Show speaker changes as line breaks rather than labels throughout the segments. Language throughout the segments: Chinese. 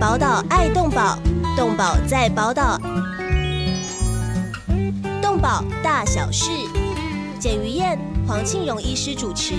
宝岛爱动宝，动宝在宝岛，动宝大小事，简于燕、黄庆荣医师主持。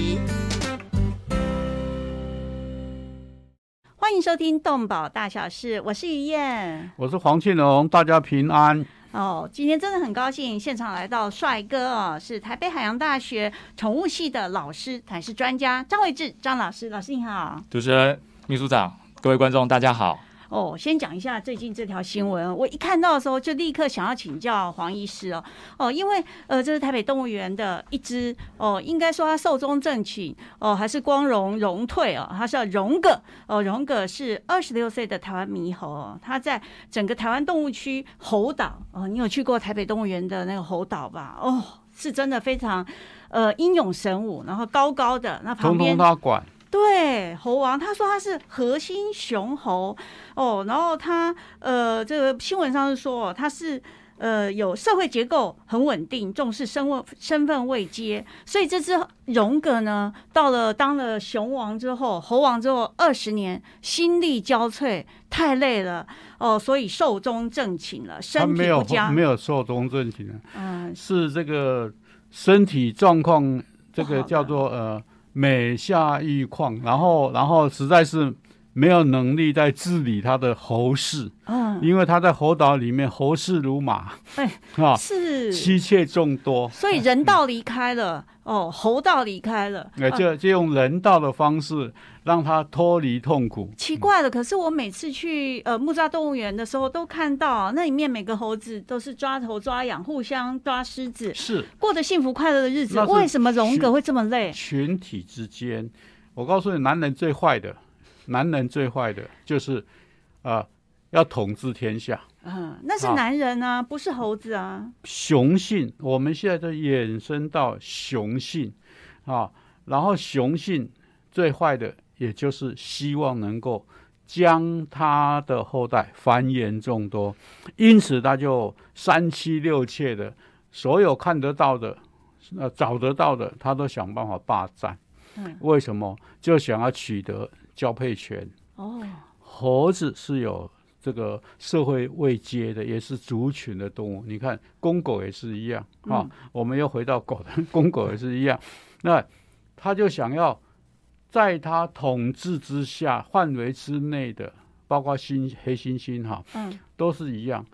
欢迎收听《动保大小事》，我是于燕。
我是黄庆荣，大家平安。
哦，今天真的很高兴，现场来到帅哥哦，是台北海洋大学宠物系的老师，还是专家张维志张老师，老师你好。
主持人、秘书长、各位观众，大家好。
哦，先讲一下最近这条新闻，我一看到的时候就立刻想要请教黄医师哦，哦，因为呃，这是台北动物园的一只哦，应该说它寿终正寝哦，还是光荣荣退哦，它是荣哥哦，荣哥是二十六岁的台湾猕猴、哦，它在整个台湾动物区猴岛哦，你有去过台北动物园的那个猴岛吧？哦，是真的非常呃英勇神武，然后高高的，那旁
通
边
通他管，
对，猴王，他说他是核心雄猴哦，然后他呃，这个新闻上是说哦他是呃有社会结构很稳定，重视身位身份位阶，所以这只荣格呢，到了当了雄王之后，猴王之后二十年，心力交瘁，太累了哦，所以寿终正寝了，
他
身
没
体
有
不佳，
没有寿终正寝啊，
嗯，
是这个身体状况，这
不好
个
的
叫做呃每下愈况，然后然后实在是没有能力在治理他的侯氏，
嗯，
因为他在猴岛里面侯氏如马，
哎
啊，
是，啊
妻妾众多，
所以人道离开了哦，猴道离开了，
呃，
啊
就就用人道的方式让他脱离痛苦。
奇怪了，可是我每次去呃木栅动物园的时候，都看到、啊、那里面每个猴子都是抓头抓痒，互相抓狮子，
嗯是，
过着幸福快乐的日子。
那是
为什么荣格会这么累？
群体之间，我告诉你，男人最坏的，男人最坏的就是，啊、要统治天下。
嗯，那是男人啊，不是猴子啊。
雄性，我们现在就衍生到雄性啊，然后雄性最坏的，也就是希望能够将他的后代繁衍众多，因此他就三妻六妾的，所有看得到的、呃找得到的，他都想办法霸占。
嗯
为什么？就想要取得交配权。
哦，
猴子是有这个社会位阶的，也是族群的动物。你看，公狗也是一样啊。我们又回到狗的，公狗也是一样。那他就想要在他统治之下范围之内的，包括猩黑猩猩哈、
嗯，
都是一样，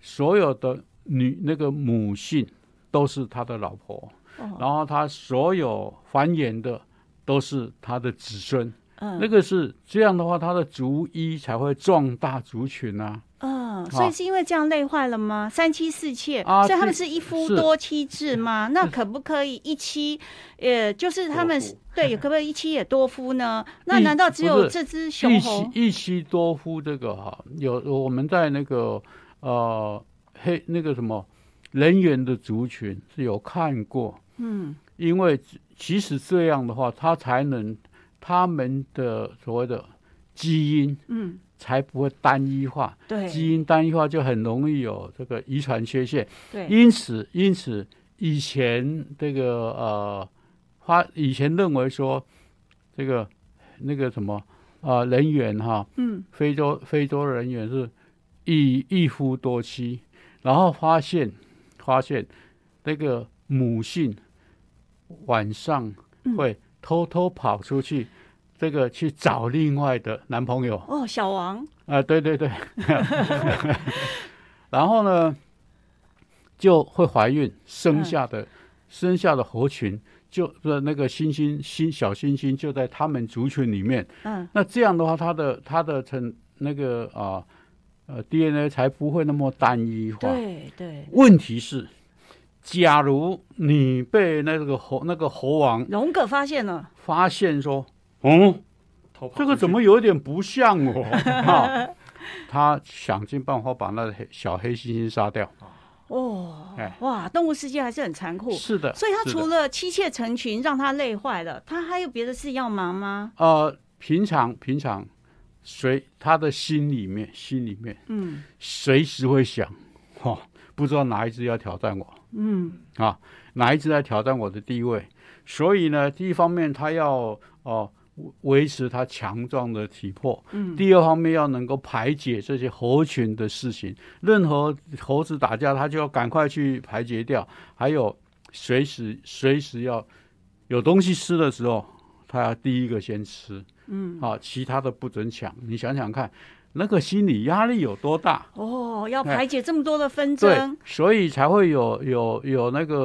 所有的女那个母性都是他的老婆，
哦
然后他所有繁衍的都是他的子孙。
嗯
那个是这样的话，他的族医才会壮大族群啊。
嗯、所以是因为这样累坏了吗？三妻四妾，
啊
所以他们
这
是一夫
是嗯
多妻制吗？那可不可以一妻，呃，就是他们
多夫
对，可不可以一妻也多夫呢？那
一
难道只
不
有
是
这只
一
雄
妻
猴？
一妻多夫这个哈、有我们在那个呃黑那个什么人员的族群是有看过，
嗯。
因为其实这样的话，他才能他们的所谓的基因
嗯，
才不会单一化，
对
基因单一化就很容易有这个遗传缺陷。
对，
因此，因此以前这个呃，他以前认为说这个呃那个什么啊人员哈，
嗯，
非洲非洲人员是一一夫多妻，然后发现发现那个母性晚上
嗯
会偷偷跑出去，这个去找另外的男朋友。
哦，小王，
啊，对对 对，然后呢，就会怀孕，
嗯
生下的、生下的猴群就的那个猩猩猩小猩猩就在他们族群里面。
嗯，
那这样的话，它的它的成那个啊呃 DNA 才不会那么单一化。
对对，
问题是，假如你被那个猴那个猴王
荣哥发现了，
发现说，嗯，这
啊
个怎么有点不像 我？哈、他想尽办法把那个黑小黑猩猩杀掉。
哦
哎，
哇，动物世界还是很残酷，
是的，
所以他
是的
除了妻妾成群让他累坏了，他还有别的事要忙吗？
呃，平常平常，随他的心里面心里面
嗯
随时会想， 哈、不知道哪一只要挑战我
嗯，
啊，哪一只来挑战我的地位？所以呢，第一方面他要哦、维持它强壮的体魄。
嗯
第二方面要能够排解这些猴群的事情，任何猴子打架，它就要赶快去排解掉。还有，随时随时要有东西吃的时候，它要第一个先吃。嗯，啊，其他的不准抢。你想想看，那个心理压力有多大？
哦，要
哎
排解这么多的纷
对
争，，
所以才会有有有那个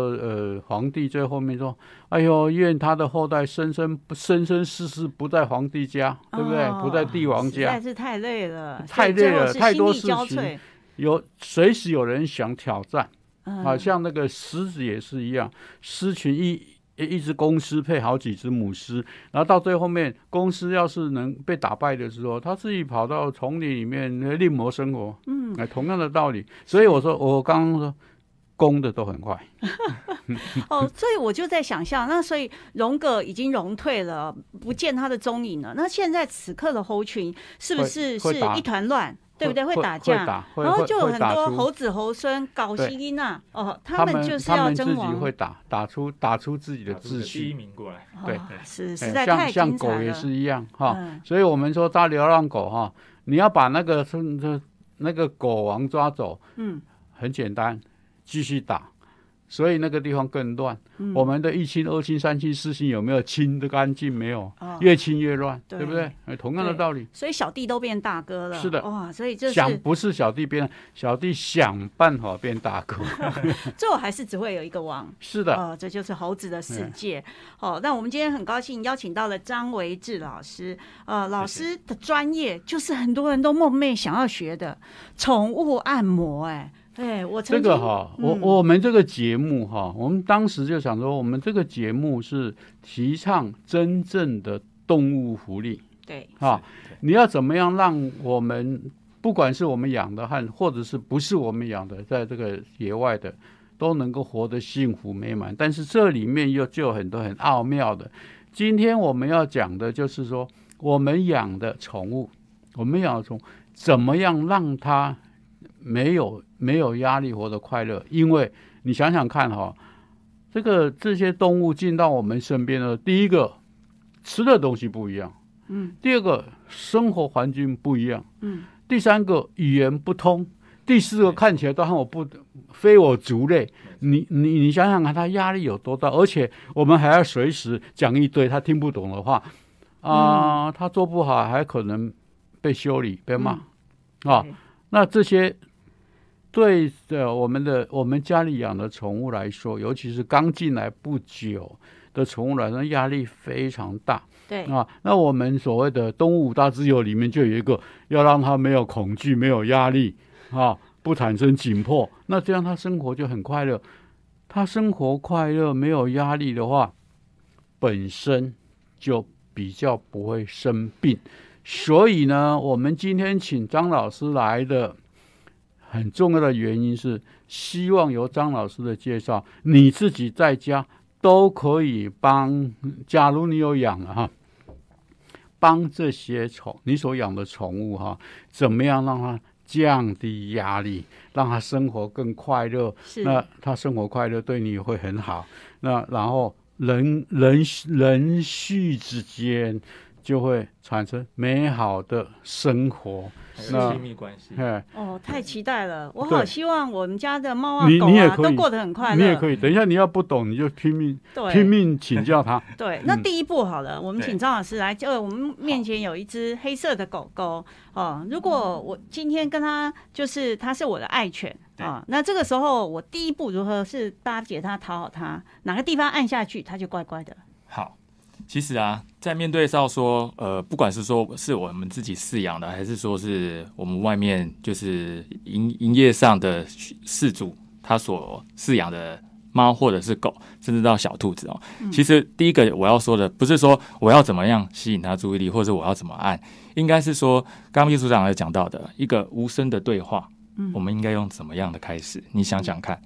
呃皇帝最后面说：“哎呦，愿他的后代生生不生生世世不在皇帝家，对不对？
哦
不在帝王
实在
家，
是太累了，
太
所以最
累
后
了
是
太多
心力交
事情
瘁。
有随时有人想挑战。好
嗯，
像那个狮子也是一样，狮群一。”一一只公狮配好几只母狮，然后到最后面，公狮要是能被打败的时候，它自己跑到丛林里面呃另谋生活。嗯，哎，同样的道理。所以我说，我刚刚说，公的都很快。
哦，所以我就在想象，那所以荣格已经荣退了，不见他的踪影了。那现在此刻的猴群是不
会
是
会
是
打
一团乱，对不对？
会
打架，
会打会
然后
会
就有
会
很
打
多
出
猴子猴孙搞
对
西音呐，哦，
他
们就是要
们自
争
己
王
会，打打出打出自己的
打出
秩
个第一
序，
名过来，
对
哦是
哎
实在
像
太
像
精彩
狗
了。
也是一样哈。
嗯
所以我们说抓流浪狗哈，你要把那个是那那个狗王抓走，
嗯，
很简单，继续打。所以那个地方更乱。
嗯
我们的一清、二清、三清、四清有没有清的干净？没有，
哦
越清越乱，
对
对不对？哎同样的
对
道理，
所以小弟都变大哥了，
是的
哇！所以就是
想不是小弟变，小弟想办法变大哥。
最后还是只会有一个王，
是的，哎
哦，这就是猴子的世界。哦，那我们今天很高兴邀请到了张维志老师。呃，老
谢
师的专业就是很多人都梦寐想要学的宠物按摩、哎，哎，我曾
这
经
个哈、
嗯
我我们这个节目哈、我们当时就想说，我们这个节目是提倡真正的动物福利
对，
哈、
是对
你要怎么样让我们，不管是我们养的和或者是不是我们养的，在这个野外的，都能够活得幸福美满。但是这里面又就有很多很奥妙的。今天我们要讲的就是说，我们养的宠物，我们养的宠物怎么样让它没有没有压力，活得快乐？因为你想想看哈、这个这些动物进到我们身边的，第一个吃的东西不一样，嗯，第二个生活环境不一样，
嗯，
第三个语言不通，第四个
没错
看起来都和我不非我族类，你你你想想看，他压力有多大？而且我们还要随时讲一堆他听不懂的话啊、他做不好还可能被修理、被骂、啊
对。
那这些对的，我们的我们家里养的宠物来说，尤其是刚进来不久的宠物来说，压力非常大。
对，
啊，那我们所谓的动物五大自由里面就有一个，要让它没有恐惧、没有压力啊，不产生紧迫，那这样它生活就很快乐。它生活快乐、没有压力的话，本身就比较不会生病。所以呢，我们今天请张老师来的很重要的原因是，希望由张老师的介绍，你自己在家都可以帮。假如你有养了啊哈，帮这些宠你所养的宠物哈，怎么样让它降低压力，让它生活更快乐？
是
那它生活快乐对你也会很好。那然后人人人畜之间就会产生美好的生活。
还
那
有亲密关系，
哎，
哦，太期待了！我好
对
希望我们家的猫啊
你
狗
你也
啊
可
都
以
过得很快乐。
你也可以。等一下你要不懂，你就拼命
对
拼命请 教他。
对，那第一步好了，我们
嗯对
请张老师来。就我们面前有一只黑色的狗狗哦，如果我今天跟它就是它是我的爱犬
对
啊、那这个时候我第一步如何是巴结它、讨好它？哪个地方按下去，它就乖乖的。
好，其实啊，在面对到说，呃，不管是说是我们自己饲养的，还是说是我们外面就是营营业上的饲主他所饲养的猫或者是狗，甚至到小兔子哦，
嗯
其实第一个我要说的不是说我要怎么样吸引它注意力，或者我要怎么按，应该是说刚刚秘书长有讲到的一个无声的对话，
嗯
我们应该用怎么样的开始？你想想看，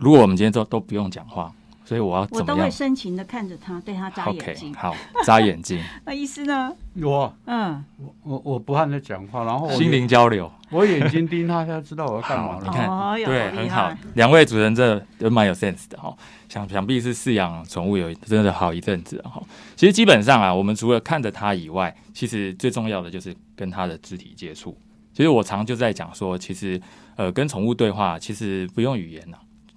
如果我们今天都都不用讲话，所以我要
我
怎
都
么
会
样
深情的看着他，对他眨眼
？OK，
睛。
好，眨 眼睛，
那医师呢？
我
嗯，
我我不和他讲话，然后我
哦
心灵交流。
我眼睛盯他，他知道我要干嘛
好，你
了。
看，
哦哟
对，
好厉
很好
害。
两位主持人这都蛮有 sense 的哈、哦想想必是饲养宠物有真的好一阵子哈、其实基本上啊，我们除了看着它以外，其实最重要的就是跟它的肢体接触。其实我常就在讲说，其实呃，跟宠物对话其实不用语言呐、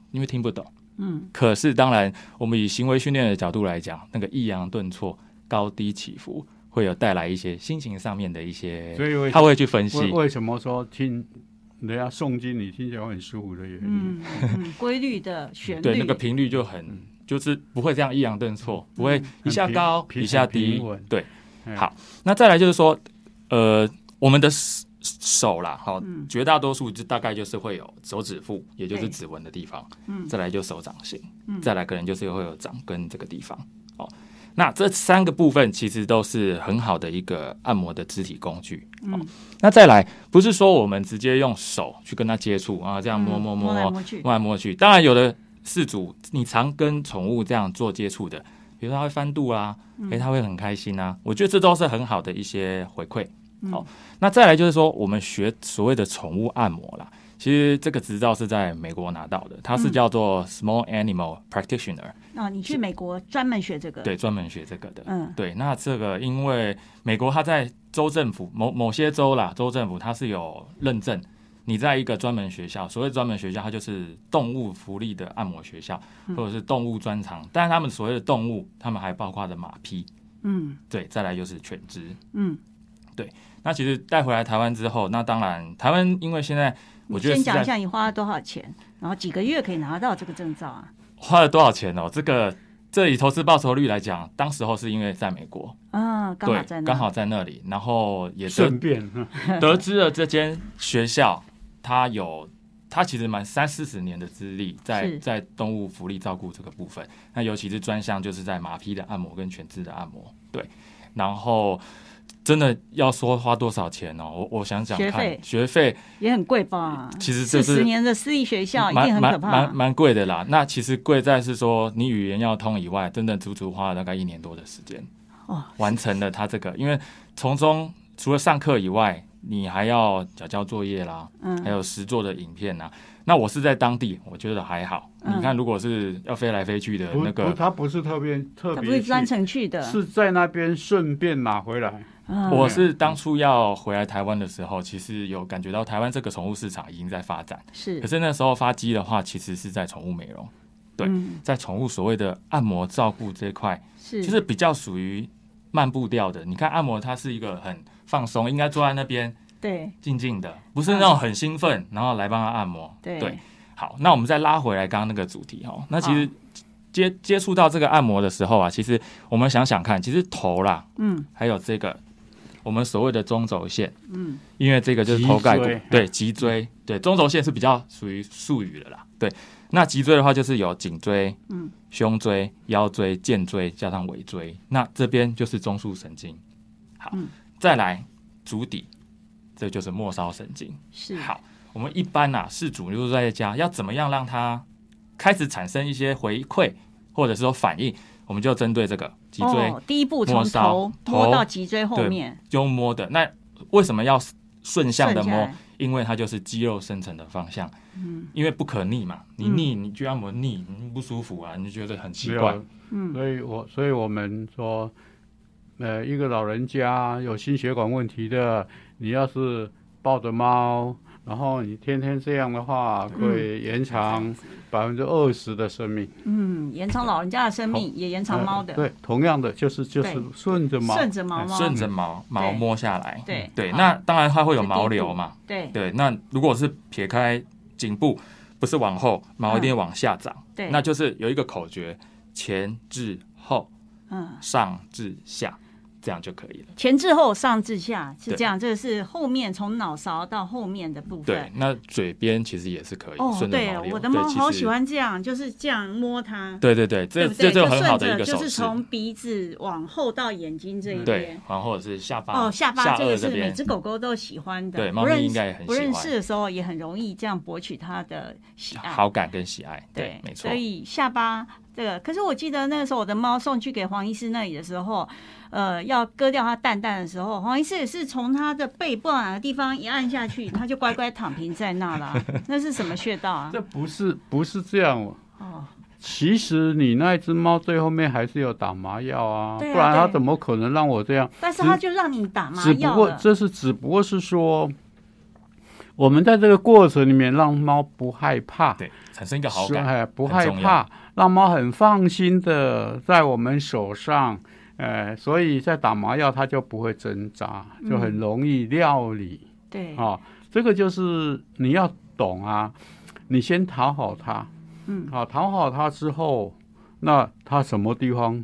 因为听不懂。
嗯，
可是当然，我们以行为训练的角度来讲，那个抑扬顿挫、高低起伏，会有带来一些心情上面的一些
所以为，
他会去分析
为。为什么说听人家诵经你听起来会很舒服的原因？
嗯嗯，规律的旋律，
对，那个频率就很，就是不会这样抑扬顿挫，不会一下
平
高
平
一
嗯
下
很平
低
稳。
对，
哎
好那再来就是说，呃，我们的手手啦，好，
嗯
绝大多数就大概就是会有手指腹，也就是
对
指纹的地方，
嗯
再来就手掌心，
嗯
再来可能就是会有掌根这个地方。哦，那这三个部分其实都是很好的一个按摩的肢体工具。
嗯，
那再来，不是说我们直接用手去跟它接触啊，这样摸
嗯
摸
摸
摸
来
摸
摸 去
摸来摸去。当然，有的饲主你常跟宠物这样做接触的，比如说它会翻肚啊，诶、它会很开心啊。我觉得这都是很好的一些回馈。好、那再来就是说，我们学所谓的宠物按摩啦，其实这个执照是在美国拿到的，它是叫做 Small Animal Practitioner，、
啊，你去美国专门学这个，，
对，专门学这个的。
嗯
对，那这个因为美国它在州政府某某些州啦，州政府它是有认证，你在一个专门学校，所谓专门学校，它就是动物福利的按摩学校，
嗯
或者是动物专长。但是他们所谓的动物，他们还包括着马匹，
嗯
对，再来就是犬只。
嗯，
那其实带回来台湾之后，那当然台湾因为现在
你
我觉得
先
是
讲
在
一下你花了多少钱，然后几个月可以拿到这个证照啊？
花了多少钱哦，这个这以投资报酬率来讲，当时候是因为在美国，
嗯，刚好
对
在，那，
刚好在那里，然后也得
顺便，嗯
得知了这间学校，它有它其实蛮三四十年的资历，在
是
在动物福利照顾这个部分，那尤其是专项就是在马匹的按摩跟犬只的按摩，对，然后。真的要说花多少钱哦？我我想想
学
看，
费
学费
也很贵吧？
其实
四
这
十
是
年的私立学啊校一定
蛮
很可
蛮
怕
蛮。蛮贵的啦。那其实贵在是说，你语言要通以外，真的足足花了大概一年多的时间，
哦，
完成了他这个。因为从中除了上课以外，你还要交交作业啦，
嗯
还有实作的影片啊。那我是在当地，我觉得还好。
嗯
你看，如果是要飞来飞去的
不
那
不，
个，
他不是特别特
他不
别
是
去，
专程去的，
是在那边顺便拿回来。
嗯
我是当初要回来台湾的时候，其实有感觉到台湾这个宠物市场已经在发展。
是
可是那时候发机的话，其实是在宠物美容，对
嗯
在宠物所谓的按摩照顾这一块，
是
就是比较属于慢步调的。你看按摩，它是一个很放松，应该坐在那边
对
静静的，不是那种很兴奋，然后来帮他按摩。
对
好，那我们再拉回来刚刚那个主题哦。那其实接接触到这个按摩的时候啊，其实我们想想看，其实头啦，
嗯
还有这个我们所谓的中轴线，嗯，因为这个就是头盖骨
脊椎，嗯
对，脊椎，对，中轴线是比较属于术语了啦。对，那脊椎的话就是有颈椎、
嗯、
胸椎、腰椎、肩椎加上尾椎，那这边就是中枢神经。好，
嗯
再来足底，这就是末梢神经。
是
好，我们一般啊，事主就是在家，要怎么样让他开始产生一些回馈，或者是说反应，我们就针对这个脊椎
哦，第一步从
末梢
头
头
摸到脊椎后
对
面，
用摸的。那为什么要顺向的
顺下
摸
来？
因为它就是肌肉生成的方向，嗯，因为不可逆嘛，你
嗯
逆你去按摩逆，你不舒服啊，你就觉得很奇
没有
怪，
嗯
所以我所以我们说，呃，一个老人家有心血管问题的，你要是抱着猫，然后你天天这样的话，会延长百分之二十的生命。
嗯，延长老人家的生命，也延长猫的，
呃对，同样的就是就是
对
顺着猫，
顺着毛毛，
顺着毛毛
对
摸下来，
对
对，
好
那当然它会有
这第一
毛流
步
嘛，
对
对，那如果是撇开颈部，不是往后，毛
嗯
一定往下长，
对，
那就是有一个口诀：前至后，
嗯，
上至下，这样就可以了。
前至后上至下是
对
这样，这是后面从脑勺到后面的部
对
分。，
那嘴边其实也是可以
哦，
顺着
对
毛，流。
我的
对
猫
其
好
实
喜欢这样，就是这样摸它，
对对对，
对
这
不对？
这
就
很
顺
好的一
着
个
就
手
是
势。
从鼻子往后到眼睛这一
对
边。，
然后或者是下巴
哦，下巴这
颚
个
这
是每
边
只，狗狗都喜欢的，
对
不
猫咪
认
应该也很
不
喜
认
欢
识的时候也很容易这样博取它的喜爱。
好感跟喜爱。
对，
没错
所。以下巴这个。可是我记得那个时候我的猫送去给黄医师那里的时候，呃，要割掉它蛋蛋的时候，黄医师也是从它的背部哪个地方一按下去，它就乖乖躺平在那了。那是什么穴道啊？
这不是不是这样哦。
哦，
其实你那只猫最后面还是有打麻药啊，
对啊
不然它
对
怎么可能让我这样？
但是它就让你打麻
只不
药啊
过
了。
这是只不过是说，我们在这个过程里面让猫不害怕，
对，产生一个好
是
感，
哎，不
很
害
重要
怕，让猫很放心的在我们手上，呃，所以在打麻药它就不会挣扎，就很
嗯
容易料理
对
啊、，这个就是你要懂啊，你先讨好它，
嗯，
好、讨好它之后，那它什么地方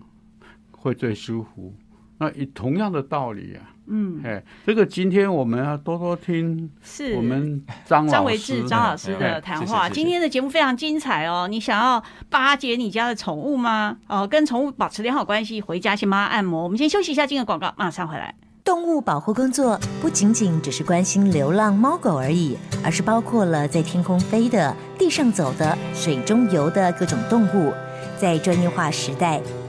会最舒服？那以同样的道理啊，
嗯，
哎，这个今天我们要多多听
是
我们张
张
老
维
师
志张老师的谈话。
谢谢谢谢
今天的节目非常精彩哦！你想要巴结你家的宠物吗？哦，跟宠物保持良好关系，回家先帮它按摩。我们先休息一下，进个广告，马上回来。
动物保护工作不仅仅只是关心流浪猫狗而已，而是包括了在天空飞的、地上走的、水中游的各种动物。在专业化时代，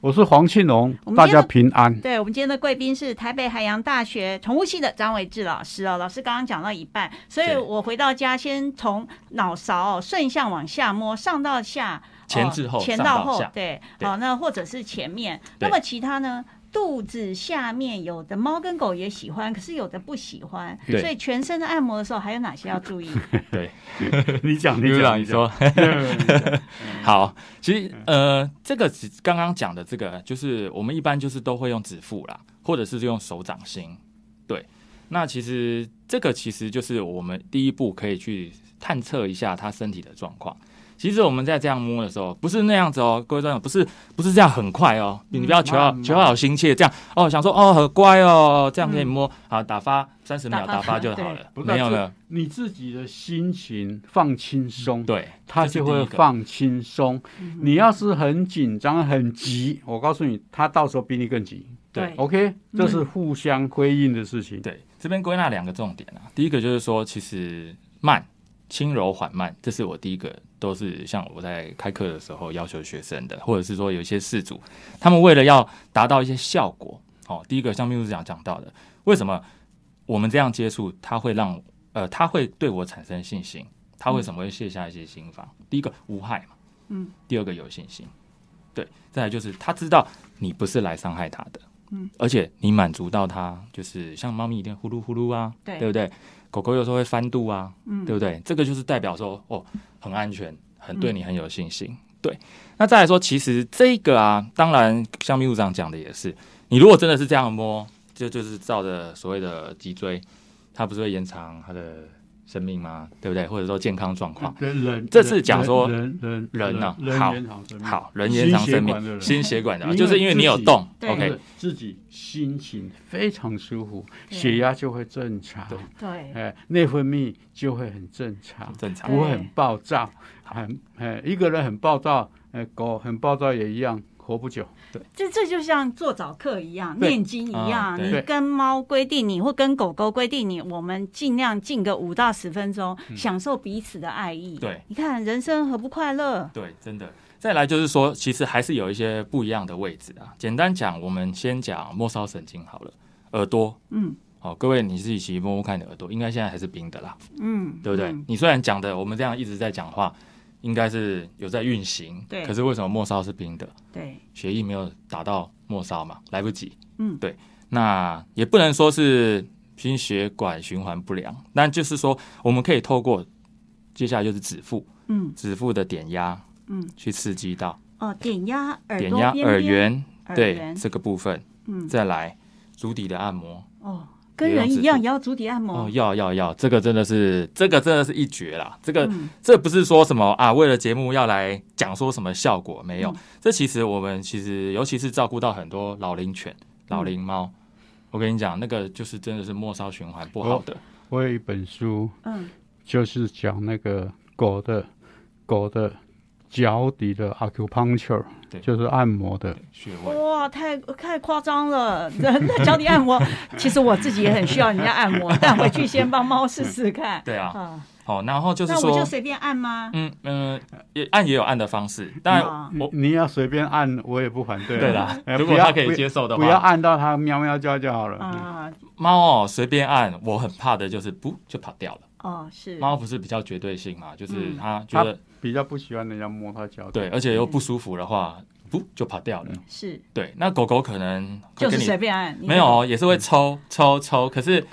我是黄庆龙
我，们
大
今天
家
的
平 安。
对我们今天的贵宾是台北海洋大学宠物系的张伟志老师哦，老师刚刚讲到一半，所以
对
我回到家先从脑勺、哦、顺向往下摸，上到下，哦
前至后
前
上
到
到
后
下，
对，
对
好、那或者是前面，
对
那么其他呢？肚子下面有的猫跟狗也喜欢，可是有的不喜欢，
对
所以全身的按摩的时候还有哪些要注意？
对。
你讲，
刘
你
长，
讲，
你说
嗯
好，其实呃，这个只刚刚讲的这个，就是我们一般就是都会用指腹啦，或者是用手掌心。对，那其实这个其实就是我们第一步可以去探测一下它身体的状况。其实我们在这样摸的时候，不是那样子哦，各位观众，不是不是这样很快哦，你不要求
嗯
好
慢慢嗯
求好心切，这样哦，想说哦很乖哦，这样可以摸，好打发三十秒
打
打
发
发就好
对
了，
不是啊
没有
这
了，
你自己的心情放轻松，
嗯对，
它
这是
就
第一
会
个
放轻松。
嗯
你要是很紧张、很急，我告诉你，它到时候比你更急。
对
嗯
OK，这是互相辉映的事情。
对，这边归纳两个重点啊。第一个就是说，其实慢、轻柔、缓慢，这是我第一个，都是像我在开课的时候要求学生的，或者是说有一些事主，他们为了要达到一些效果，哦，第一个像秘书长讲到的，为什么我们这样接触，他会让呃，他会对我产生信心，他为什么会卸下一些心防？第一个无害嘛，
嗯，
第二个有信心。对，再来就是他知道你不是来伤害他的，而且你满足到它，就是像猫咪一定呼噜呼噜啊，
对
不对？狗狗有时候会翻肚啊，对不对？这个就是代表说，哦，很安全，很对你很有信心。对，那再来说，其实这个啊，当然像秘书长讲的也是，你如果真的是这样摸，这就是照着所谓的脊椎，它不是会延长它的生命吗？对不对？或者说健康状况。
人，人
这是讲说
人人
人啊
人
好
延长生命
好，人延长生
嗯心血管的
命，
人
心血管的，
因为
就是因为你有
自己
动
对
，OK，
自己心情非常舒服，
对
血压就会正常，
对
对，
哎，内分泌就会很正常，
正常
对
不。会很暴躁，很哎，一个人很暴躁，哎，狗很暴躁也一样，活不久。
这这就像做早课一样，
对
念经一样，
啊对
你跟猫规定你，或跟狗狗规定你，我们尽量静个五到十分钟，享受彼此的爱意。
嗯对，
你看人生何不快乐？
对，真的。再来就是说，其实还是有一些不一样的位置啊。简单讲，我们先讲末梢神经好了，耳朵。
嗯，
好、各位你自己去摸摸看你的耳朵，应该现在还是冰的啦，
嗯，
对不对？
嗯
你虽然讲的我们这样一直在讲话，应该是有在运行，
对
可是为什么末梢是冰的？
对，
血液没有打到末梢嘛，来不及。
嗯
对。那也不能说是心血管循环不良。那就是说，我们可以透过接下来就是指腹，
嗯
指腹的点压，
嗯，
去刺激到
哦，点压耳
点
朵
压
边
耳
边，
缘，
耳
对
缘
这个部分，
嗯，
再来足底的按摩。
哦，跟
也要
人
指
一样
腹
也要足底按摩
哦，，要要要，这个真的是，这个真的是一绝啦。这个、
嗯
这不是说什么啊，为了节目要来讲说什么效果没有。
嗯
这其实我们其实尤其是照顾到很多老龄犬、老龄猫，
嗯
我跟你讲，那个就是真的是末梢循环不好的。
哦
我有一本书，
嗯，
就是讲那个狗的狗的脚底的 acupuncture，
对
就是按摩的。
穴位，
哇，太太夸张了！那脚底按摩， 其实我自己也很需要人家按摩，但回去先帮猫试试看。
对啊
啊，
好、然后就是
那我就
说，
随便按吗？
嗯嗯，也按也有按的方式，但
啊
我
你要随便按，我也不反对。
对啦
哎
如果
嗯不要
它可以
不要
接受的
不要
话
按到它喵喵叫就好了。
嗯
啊，
猫哦随便按，我很怕的就是不就跑掉了。
哦，是，
猫不是比较绝对性嘛，就是
嗯
它觉
它
得、
比较不喜欢人家摸它脚底。
对，而且又不舒服的话，不就跑掉了。
是，
对，那狗狗可能会
就
跟
是
你
随便按，你
没有哦，也是会抽抽抽，可是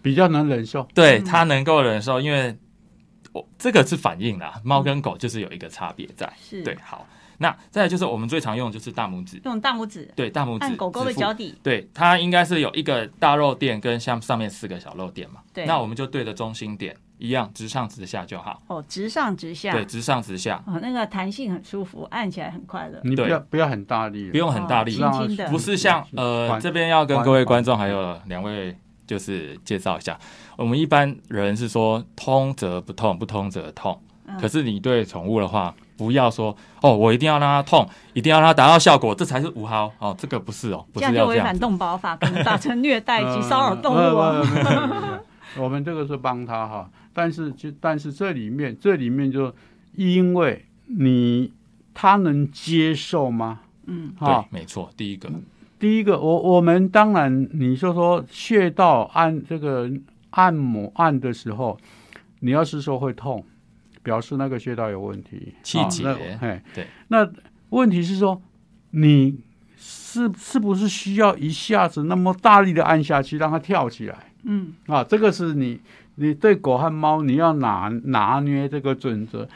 比较能忍受。
对
嗯
它能够忍受，因为我这个是反应啦，猫跟狗就是有一个差别在。
是
对，好，那再来就是我们最常用的就是大拇指，
用大拇指
对，大拇指
按狗狗的
指腹
脚底，
对，它应该是有一个大肉垫跟像上面四个小肉垫嘛。
对
那我们就对着中心点一样，直上直下就好。
哦，直上直下，
对，直上直下，
哦，那个弹性很舒服，按起来很快乐。
你不
对
要不要很大力，
不用很大力
哦，
让它
轻轻的
不是像呃
缓
这边要跟各位
缓
观众还有两位就是介绍一下，我们一般人是说通则不痛，不通则痛。
嗯
可是你对宠物的话，不要说哦，我一定要让它痛，一定要让它达到效果，这才是五毫哦，这个不是哦，不
这
是
样
要
就
这
违
样
反
子。
动保法，可能造成虐待及
呃
骚扰动物
呃
哦。
没有没有没有没有 我们这个是帮他哈，但是就但是这里面这里面就因为你他能接受吗？
嗯，
对
哈，，嗯
没错，第一个
第一个我我们当然你就说穴道按这个按摩按的时候，你要是说会痛，表示那个穴道有问题，
气
啊
结
那嘿，
对，
那问题是说你。是是不是需要一下子那么大力的按下去，让它跳起来？
嗯，
啊，这个是你你对狗和猫你要拿拿捏这个准则，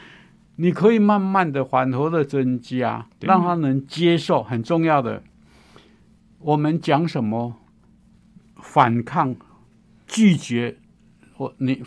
你可以慢慢的缓和的增加，
对
让它能接受，很重要的。我们讲什么反抗、拒绝，我你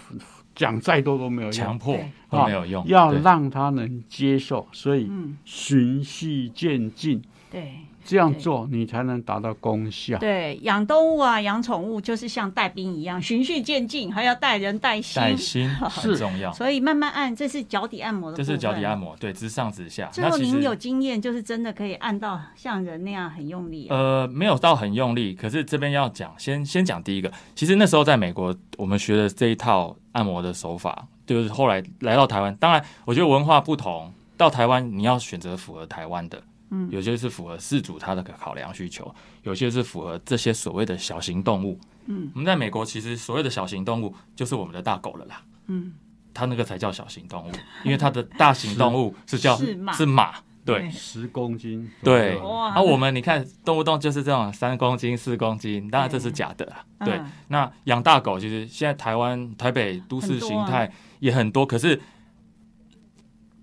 讲再多都没有
强
用，啊
迫
对
都没有用，
哎要
对
让它能接受，所以
嗯
循序渐进，
对
这样
对
做你才能达到功效。
对，养动物啊，养宠物就是像带兵一样，循序渐进，还要带人带心。
带心很
是
重要，
所以慢慢按，这是脚底按摩的。
这是脚底按
摩。
摩，对，直上直下。
最
那
后
其
您有
实
经验，就是真的可以按到像人那样很用力、啊。
呃，没有到很用力，可是这边要讲，先先讲第一个。其实那时候在美国，我们学的这一套按摩的手法，就是后来来到台湾。当然，我觉得文化不同，到台湾你要选择符合台湾的，嗯，有些是符合事主他的考量需求，有些是符合这些所谓的小型动物。嗯，我们在美国其实所谓的小型动物就是我们的大狗了啦。
嗯，
它那个才叫小型动物，因为它的大型动物是叫
是马
是马，对。
十公斤左右，
对，
哇
啊，我们你看动不动就是这种三公斤、四公斤，当然这是假的啦。
嗯
对，那养大狗其实现在台湾台北都市形态也很多，可是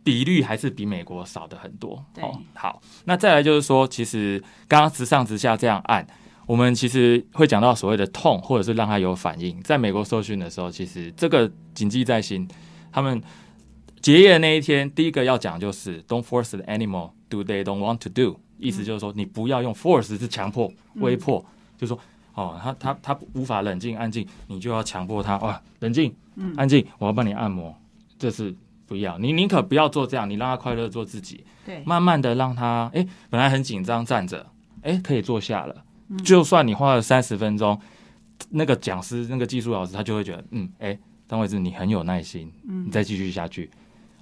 比率还是比美国少的很多。哦
对
好，那再来就是说，其实刚刚直上直下这样按，我们其实会讲到所谓的痛，或者是让它有反应。在美国受训的时候，其实这个谨记在心。他们结业的那一天，第一个要讲就是 “Don't force the animal do they don't want to do”，意思就是说你不要用 force 是强迫、威迫，就是说哦，他他他无法冷静安静，你就要强迫他哇，冷静，安静，我要帮你按摩，这是不要，你宁可不要做这样，你让他快乐做自己，
对，
慢慢的让他，哎，本来很紧张站着，哎，可以坐下了。
嗯
就算你花了三十分钟，那个讲师、那个技术老师他就会觉得，嗯，哎，张惠志你很有耐心，
嗯
你再继续下去。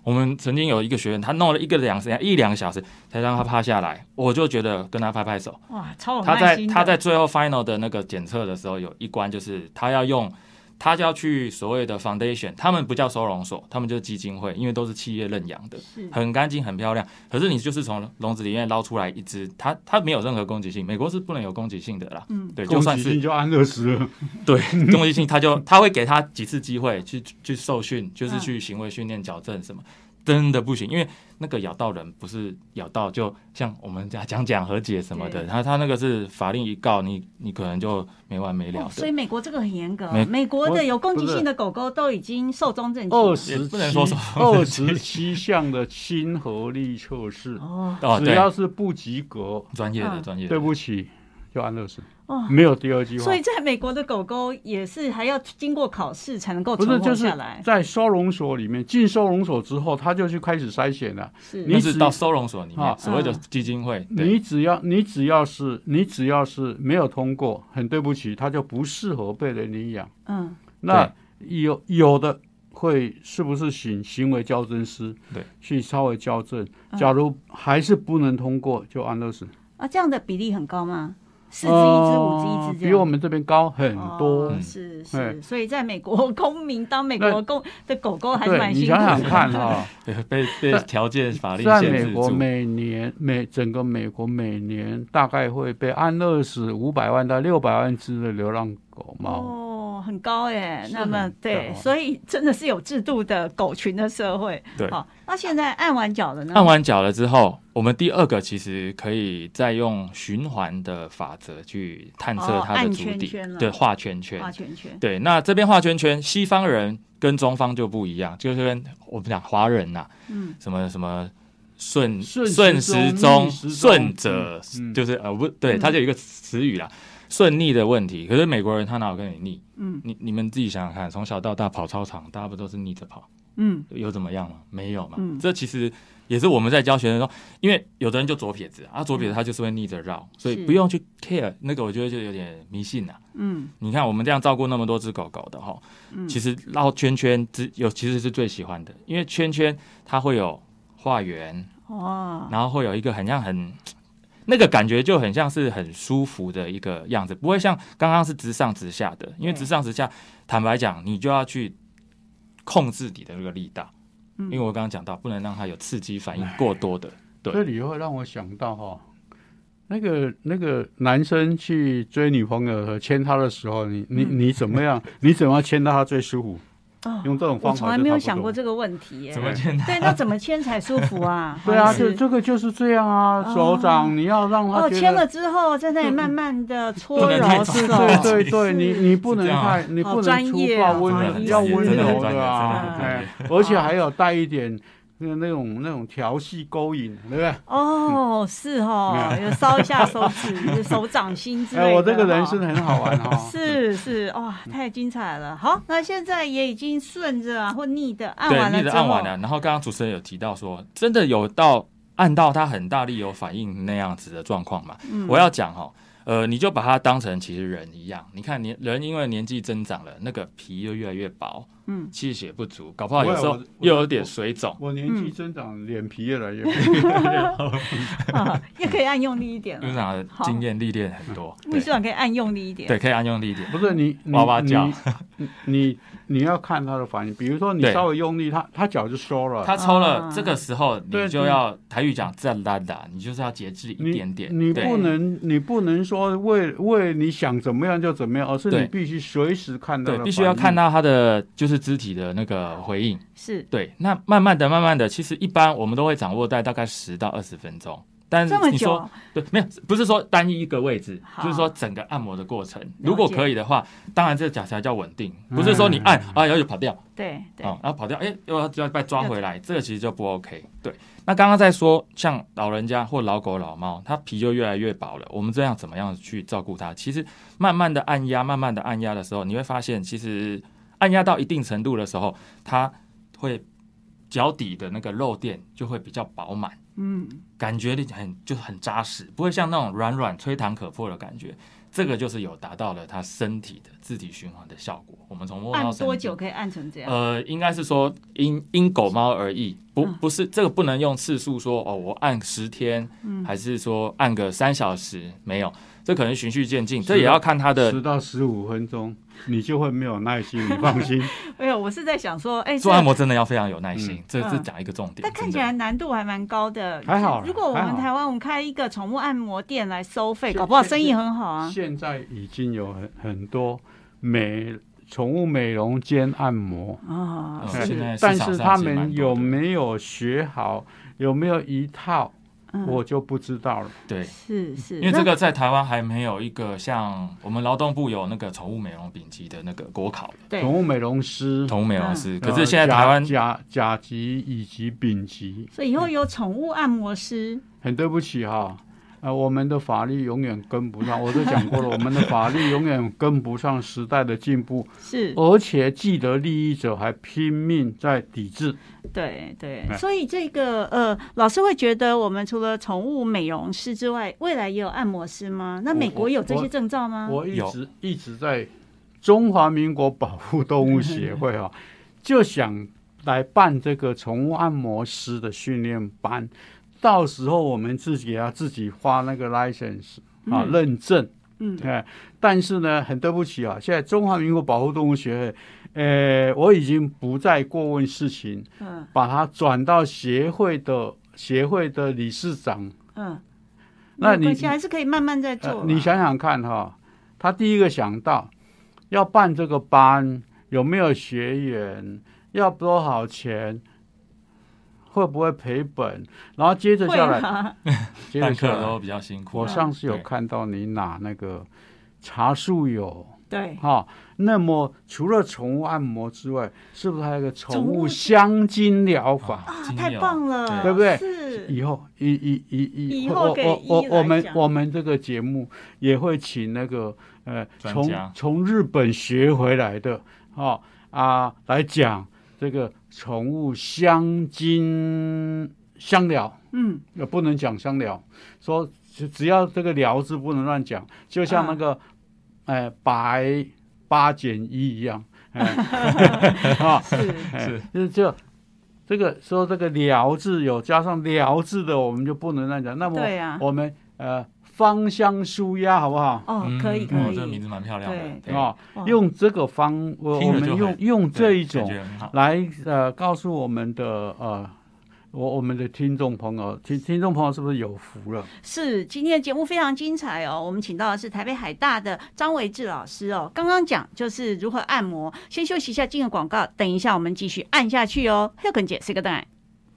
我们曾经有一个学员，他弄了一个两时一两个小时才让他趴下来，我就觉得跟他拍拍手。
哇，超有
他
耐
在
心的
他在最后 final 的那个检测的时候，有一关就是他要用他就要去所谓的 foundation，他们不叫收容所，他们就是基金会，因为都是企业认养的，很干净、很漂亮。可是你就是从笼子里面捞出来一只，它它没有任何攻击性，美国是不能有攻击性的啦。
嗯
对，就
攻
算
击
是
性就安乐死了。
对攻击性，他就他会给他几次机会去去受训，就是
嗯
去行为训练、矫正什么。真的不行，因为那个咬到人不是咬到，就像我们讲讲讲和解什么的，
对
他他那个是法令一告你，你可能就没完没了的。
哦所以美国这个很严格，
美
美国的有攻击
不是
性的狗狗都已经寿终正寝。
二
也
十
不能 说什
七
么
二十七项的亲和力测试，啊
哦
哦，
只
对，
要是不及格，
专业的
嗯
专业的，
对不起，就安乐死，
哦，
没有第二句话
所以。在美国的狗狗也是还要经过考试才能够
不是，
存
就
活
是
下来。
在收容所里面，进收容所之后，他就去开始筛选了。
是
你
那是
只
到收容所里面
啊
所谓的
嗯
基金会，对
你只要你只要是你只要是没有通过，很对不起，他就不适合被人领养。
嗯，
那有有的会是不是行行为矫正师
对
去稍微矫正？
嗯
假如还是不能通过，就安乐死。
啊，这样的比例很高吗？四只、一只、五只、一
呃
只这样，
比我们这边高很多。
哦
嗯
是
哎
是，所以在美国公民当美
那
国公的狗狗还是
对
蛮辛
你
苦
想
的。
想看哈、
对 被被
在
条件 法律
在
限
美
制
国
住，
每年每整个美国每年大概会被安乐死五百万到六百万只的流浪狗猫。
哦，很高哎，
是
那么
很
对，
高
所以真的是有制度的狗群的社会。
对
好，那现在按完脚了呢？
按完脚了之后，我们第二个其实可以再用循环的法则去探测
哦
它的
按
足
圈
底，
圈了
对，画圈圈，
画圈圈，
对，那这边画圈圈，西方人跟中方就不一样，就是跟我们讲华人呐、
嗯，
什么什么顺
顺
顺
时
时
钟
钟、
逆时钟
顺者，
嗯嗯
就是呃不对，
嗯
它就有一个词语啦，顺逆的问题。可是美国人他哪有跟你逆？
嗯
你你们自己想想看，从小到大跑操场，大家不都是逆着跑？
嗯，
有怎么样吗？没有嘛。
嗯
这其实也是我们在教学生说，因为有的人就左撇子啊，左撇子他就是会逆着绕，所以
嗯是
不用去 care 那个，我觉得就有点迷信啦、啊
嗯，
你看我们这样照顾那么多只狗狗的哈，
嗯
其实绕圈圈只有其实是最喜欢的，因为圈圈它会有画圆，
哇，
然后会有一个很像很。那个感觉就很像是很舒服的一个样子，不会像刚刚是直上直下的，因为
对
直上直下，坦白讲，你就要去控制你的那个力道，
嗯
因为我刚刚讲到，不能让它有刺激反应过多的。对
这里会让我想到哈、那个那个男生去追女朋友和牵她的时候，你你你怎么样？ 你怎么样牵到她最舒服？
嗯哦
用这种
我
方法
从来
就
没有
差不
想过
多？
这个问题耶
怎。么见
对，那怎么牵才舒服啊
对啊，
黄医
就
师
这个就是这样啊，手掌你要让他
哦，
觉
牵
得，
了之后在那里慢慢的搓
不能太
揉手，
紧
对对对，你你不能
是这样啊
太，你
好
不能
专
粗
业
暴
啊
温
黄
柔，
医
要
师
温
真的很
柔
哦专业
啊，
真的
很
哎，而且还有带一点那那种那种调戏勾引，对不对？
哦，是哦，有搔一下手指、手掌心之类
哎，
的。
我这个人
哦。
是很好玩哈
是是哇，太精彩了！好，那现在也已经顺着啊或逆的按
对，
完了
逆
之
着
后，
按完了。然后刚刚主持人有提到说，真的有到按到它很大力有反应那样子的状况嘛？
嗯
我要讲哈，呃，你就把它当成其实人一样，你看年人因为年纪增长了，那个皮又越来越薄，
嗯，
气血不足，搞不好
不会
有时候
我
又有点水肿。
我年纪增长，脸皮越来 越薄。
啊也可以按用力一点 了。
院长的经验历练很多，
秘书
对
长可以按用力一点。
嗯对，可以按用力一点。
不是你你
哇哇叫
你你你要看他的反应，比如说你
对
稍微用力，他他脚就收了。
他抽了
啊，
这个时候
对
你就要台语讲赞啦啦，你就是要节制一点点。
你你
对
不能，你不能说为为你想怎么样就怎么样，而是你
对
必须随时看到
对
的，
必须要
反应
看。到他的就是肢体的那个回应。
是
对，那慢慢的、慢慢的，其实一般我们都会掌握在大概十到二十分钟。但
这么
你
久
说
啊，
对，没有，不是说单一一个位置，
好
就是说整个按摩的过程。如果可以的话，当然这脚才叫稳定，
嗯
不是说你按啊，然后就跑掉
对对
哦
啊，然后跑掉，哎，又要就要被抓回来，这个其实就不 OK。对，那刚刚在说像老人家或老狗、老猫，它皮就越来越薄了，我们这样怎么样去照顾它？其实慢慢的按压，慢慢的按压的时候，你会发现，其实按压到一定程度的时候，它会脚底的那个肉垫就会比较饱满，
嗯，
感觉你很就很扎实，不会像那种软软吹弹可破的感觉。这个就是有达到了它身体的自体循环的效果。我们从摸到
按
身
多
体
久可以按成这样？
呃，应该是说因因狗猫而异，不
嗯
不是这个不
嗯
能用次数说哦，我按十天，还是说按个三小时，没有，这可能循序渐进，
是的
这也要看它的
十到十五分钟，你就会没有耐心，你放 心。
没哎有，我是在想说，哎，
做按
这
摩真的要非常有耐心
嗯，
这这
嗯
讲一个重点。
但看起
真的
来难度还蛮高的。
还好啦
如果我
还
们
好
台湾我们开一个宠物按摩店来收费，
现
搞不好
现
生意很好啊。
现在已经有很很多美宠物美容间按摩，
啊，
哦
嗯现
是，
在市
但
场
是
上
他
其实蛮
们
多
有
的
没有学好，有没有一套，
嗯
我就不知道了。
对，
是是，
因为这个在台湾还没有一个像我们劳动部有那个宠物美容丙级的那个国考
对
宠物美容师，
宠物美容
嗯
师，
呃
可是现在台湾
甲甲甲级以及丙级，
所以以后有宠物按摩师，
很对不起哈。呃，我们的法律永远跟不上，我都讲 过了，我们的法律永远跟不上时代的进步，
是
而且既得利益者还拼命在抵制。
对对，
哎
所以这个呃，老师会觉得我们除了宠物美容师之外，未来也有按摩师吗？那
我
美国有这
我
些证照吗？
我一
有
直一直在中华民国保护动物协会 啊，就想来办这个宠物按摩师的训练班，到时候我们自己要自己花那个 license 啊、
嗯
认证，
嗯
哎，但是呢，很对不起啊，现在中华民国保护动物协会，呃，我已经不再过问事情，
嗯
把它转到协会的协会的理事长
嗯，
那
没有
你
关系还是可以慢慢再
呃
做。
你，想想看哈、他第一个想到要办这个班，有没有学员，要多少钱，会不会赔本，然后接着
会啊
下来，
吗？
接着
办
下
课都
来，
比较辛苦。
我上次有
对
看到你拿那个茶树油
对，
哈、那么除了宠物按摩之外，是不是还有一个宠
宠物
物香精疗法？
啊，
精
太
油
棒了，
对不对
是，
以后以以以
以
我
后给
我
依
我
依
我
来
们
讲
我们这个节目也会请那个呃
专
从
家
从日本学回来的哦啊来讲这个宠物香精香疗，
嗯，
呃不能讲香疗，说只只要这个疗字不能乱讲，就像那
嗯
个、呃白八减一一样，哎啊
是。
哎
是，
就是就这个说这个“疗”字有加上“疗”字的，我们就不能乱讲。那么
对啊
我们呃芳香舒压好不好？
哦，
嗯
可以可
哦这个名
以，
字蛮漂亮的
对，
对，
哦，
哇
用这个方，我
听
我
着
们
就
用
很
用这
对
一种
感觉很好。
来呃告诉我们的呃我我们的听众朋友，听听众朋友是不是有福了？
是今天的节目非常精彩哦。我们请到的是台北海大的张维志老师哦。刚刚讲就是如何按摩，先休息一下，进个广告，等一下我们继续按下去哦。h e l 姐，谁个蛋？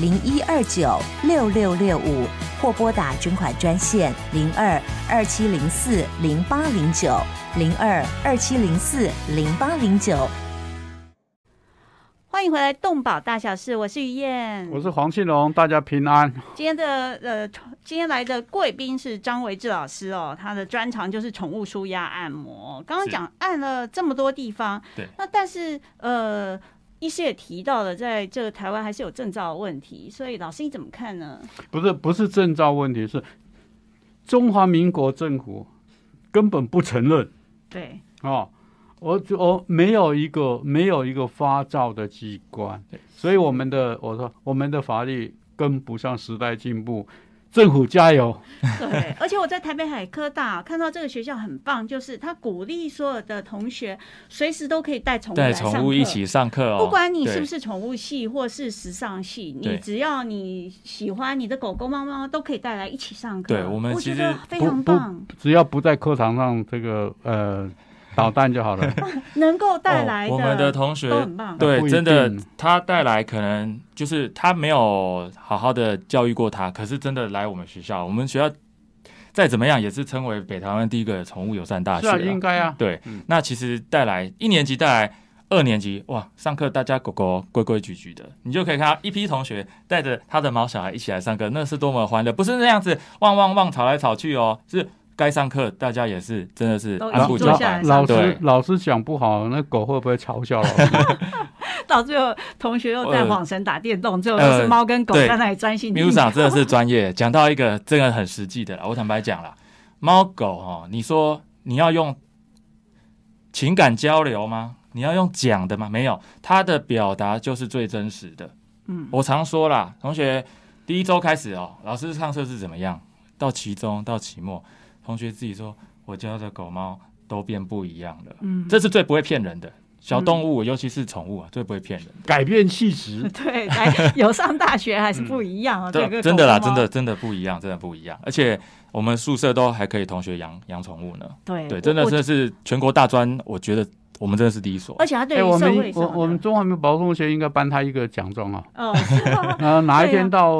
零一二九六六六五，或拨打捐款专线零二二七零四零八零九零二二七零四零八零九。
欢迎回来，动保大小事，我是于
嗯
燕。
我是黄庆龙，大家平安。
今天的呃，今天来的贵宾是张维志老师哦，他的专长就是宠物舒压按摩。刚刚
是
讲按了这么多地方，
对
那但是呃，医师也提到了，在这个台湾还是有证照的问题，所以老师你怎么看呢？
不是不是证照问题，是中华民国政府根本不承认。
对，
哦，我就我没有一个没有一个发照的机关，所以我们的我说我们的法律跟不上时代进步，政府加油！
对，而且我在台北海科大看到这个学校很棒，就是他鼓励所有的同学随时都可以带宠物来
带
上
宠物一
课
起上课哦，
不管你是
对
不是宠物系或是时尚系，你
对
只要你喜欢你的狗狗、猫猫，都可以带来一起上课。
对我们
觉
其
得
实
非
不
常
不
棒。
只要不在课堂上这个呃捣蛋就好了。
能够带来
哦、我们的同学
都很棒。
对
不，一
真的
定，
他带来可能就是他没有好好的教育过他，可是真的来我们学校，我们学校再怎么样也是称为北台湾第一个宠物友善大
是
学、
啊，应该啊。
对
嗯，
那其实带来一年级带来。二年级哇，上课大家狗狗规规矩矩的，你就可以看到一批同学带着他的毛小孩一起来上课，那是多么欢乐！不是那样子汪汪汪吵来吵去哦，是该上课大家也是真的是
都一起
按部就
坐下
班
来。
老师
对，
老师讲不好，那狗会不会嘲笑老师？
到最后，同学又在
呃
晃神打电动，最后都是
呃
猫跟狗
对
在那里专心
秘
听
书。长真的是专业， 讲到一个真的很实际的啦。我坦白讲啦，猫狗哦，你说你要用情感交流吗？你要用讲的吗？没有，它的表达就是最真实的。
嗯，
我常说啦，同学第一周开始哦，老师上课是怎么样？到期中到期末，同学自己说，我教的狗猫都变不一样了。
嗯，
这是最不会骗人的。小动物，尤其是宠物啊，最不会骗人。
改变气质，
对， 来有上大学还是不一样啊。这个
嗯真的啦，
狗跟
真
猫
的真的不一样，真的不一样。而且我们宿舍都还可以同学养养宠物呢。
对
对，真的
嗯我
真的是全国大专，我觉得我们真的是第一所
而。且他对于
哎我
社
们
会上
我
的，
我们中华民国保送学应该颁他一个奖状啊。
哦，是吗
呃，哪一
对啊
天到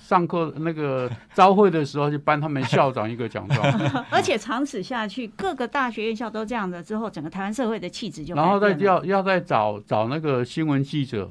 上课那个招会的时候，就颁他们校长一个奖状。
而且长此下去，各个大学院校都这样的之后，整个台湾社会的气质就
然后
改
再
变了
要要再找找那个新闻记者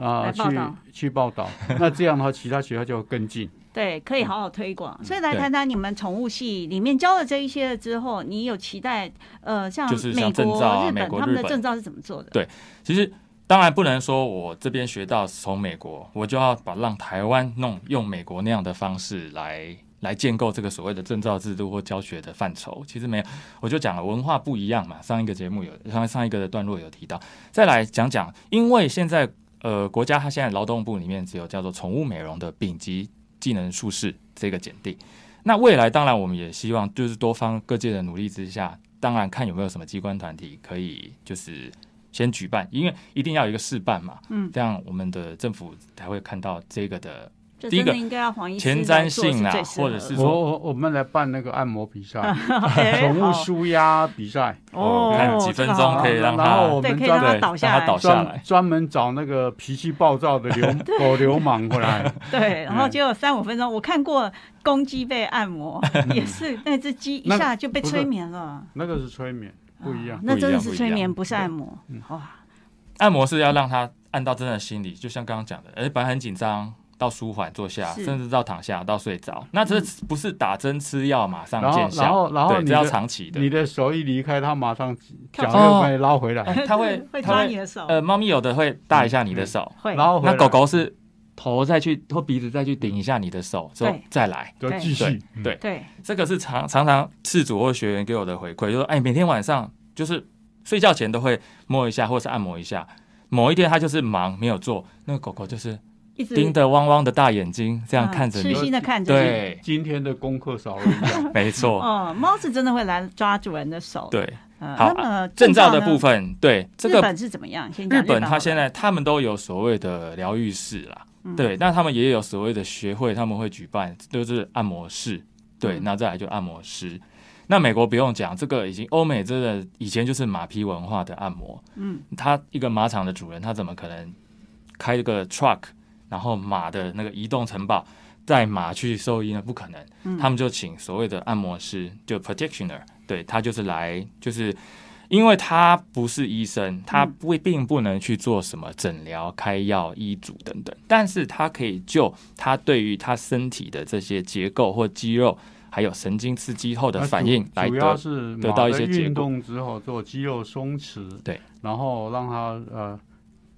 啊、
来报道
去去报道，那这样的话，其他学校就跟进。
对，可
嗯
以好好推广。所以来
对
谈谈你们宠物系里面教了这一些之后，你有期待呃，像
就是像
美
证
国、
照啊
日
美
本
国
他们
日
的
本
证照是怎么做的？
其实当然不能说我这边学到从美国，我就要把让台湾弄用美国那样的方式来来建构这个所谓的证照制度或教学的范畴。其实没有，我就讲了文化不一样嘛。上一个节目有上上一个段落有提到，再来讲讲，因为现在呃国家它现在劳动部里面只有叫做宠物美容的丙级技能术士这个检定。那未来当然我们也希望就是多方各界的努力之下，当然看有没有什么机关团体可以就是先举办，因为一定要有一个试办嘛，
嗯，
这样我们的政府才会看到这个的
这
第一
真
个
的应该要黄医师
前瞻性啊
来做是最适合的
或者是
我我我们来办那个按摩比赛，
哎
宠物
好
舒压比赛，啊
哦，
看几分钟可以让
然后
它
我
对，
们
可以让
专
它
对
倒下
让它
来，
倒下
专
来
专门找那个脾气暴躁的 流狗流氓回来。
嗯
对，然后结果三五分钟，我看过公鸡被按 摩，也是那只鸡一
那
下就被
不是
催眠了，
那个是催眠，不一样
啊。那真的
不一样
是
不一
催
样
眠，不是
对
按摩
嗯，
哇。
按摩是要让它按到真的心里，就像刚刚讲的，哎，本来很紧张。到舒缓坐下，
嗯是
甚至到躺下，到睡着，那这不是打针吃药马上
然后
见效，
然后然后
对，
你
这要
的
长期的
你。的手一离开，它马上脚
出来
又把你拉回来，
哎它会
会
它
抓
会
你的手，
呃，猫咪有的会搭一下你的手，
会，
然后回
那
来
狗狗
嗯
是头再去或鼻子再去顶一下你的手，之后
对
再来。
就继续。嗯
对
对，
这个是常常常事主或学员给我的回馈，就是说哎，每天晚上就是睡觉前都会摸一下，或是按摩一下。某一天他就是忙没有做，那个狗狗就是
一直
盯着汪汪的大眼睛这样
啊
看着
痴
你。
心的看着你。
对，
嗯今天的功课少了一样。
没错，
哦，猫是真的会来抓主人的手。
对。
呃，
好啊
那么
证照的
呢
部，分，对这
日
个
本是怎么样？先讲
日本
好
它
了
现在他们都有所谓的疗愈室啦，
嗯
对，那他们也有所谓的学会，他们会举办就是按摩室，对，
嗯
那再来就按摩师。那美国不用讲，这个已经欧美真的以前就是马匹文化的按摩，
嗯，
他一个马场的主人，他怎么可能开一个 truck，然后马的那个移动城堡带马去兽医呢？不可能，
嗯
他们就请所谓的按摩师，就 practitioner，对他就是来就是。因为他不是医生，他
嗯
不并不能去做什么诊疗、开药、医嘱等等，但是他可以就他对于他身体的这些结构或肌肉，还有神经刺激后的
那
反
主
应
啊
来
主要
得
是
得
马
到一
的
些结
运
果
动之后做肌肉松弛，
对，
然后让它呃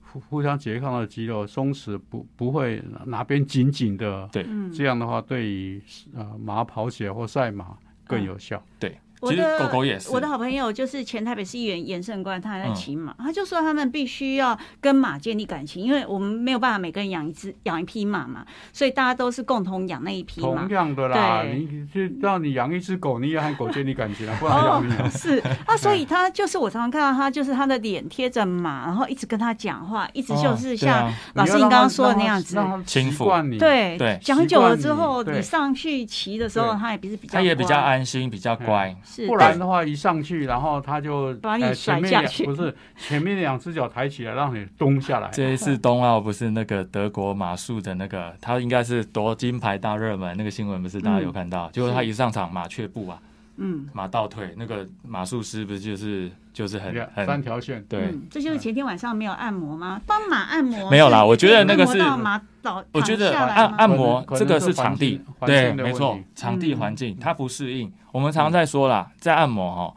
互互相拮抗的肌肉松弛，不不会哪边紧紧的，
对
嗯
这样的话对于呃马跑鞋或赛马更有效。
对。
我
其实
的
狗狗也是，
我的好朋友就是前台北市议员严胜官，他还在
嗯
骑马，他就说他们必须要跟马建立感情，因为我们没有办法每个人养一只养一匹马嘛，所以大家都是共同养那一匹马
同。样的啦，
嗯对
你你就让你养一只狗，你也和狗建立感情啊，不然
哦
养你啊。，
是 啊，所以他就是我常常看到他，就是他的脸贴着马，然后一直跟他讲话，一直就
哦
是
对
像
啊
老师
你
您
要让
刚
它
刚说的
让
那
它
样子，
让它
轻
习
抚
惯你。
对
对
讲
习
久了
惯
之
你
后，
对
你上去骑的时候，
对
它也不是比较
它也比较
乖
安心，比较乖，
是
不然的话一上去，然后它就
把你
呃
甩
前面
下
两
去
不是前面两只脚抬起来，让你咚下 来。
这一次冬奥不是那个德国马术的那个，他应该是夺金牌大热门，那个新闻不是大家有看
嗯
到？结果他一上场马却步啊，
嗯
马倒退，那个马术师不是就是就是很
两
很
三条线，
对。
嗯，这就是前天晚上没有按摩吗？帮马按摩
没有啦
是
我觉得那个
按摩
是
到马倒，
我觉得
躺下来
按
吗
按摩
可能
这个
可能
是
是
场
环
地
境，环
对，
境的
没
问
错
题，嗯
场地环境它不适应。我们常在说啦，在按摩哈，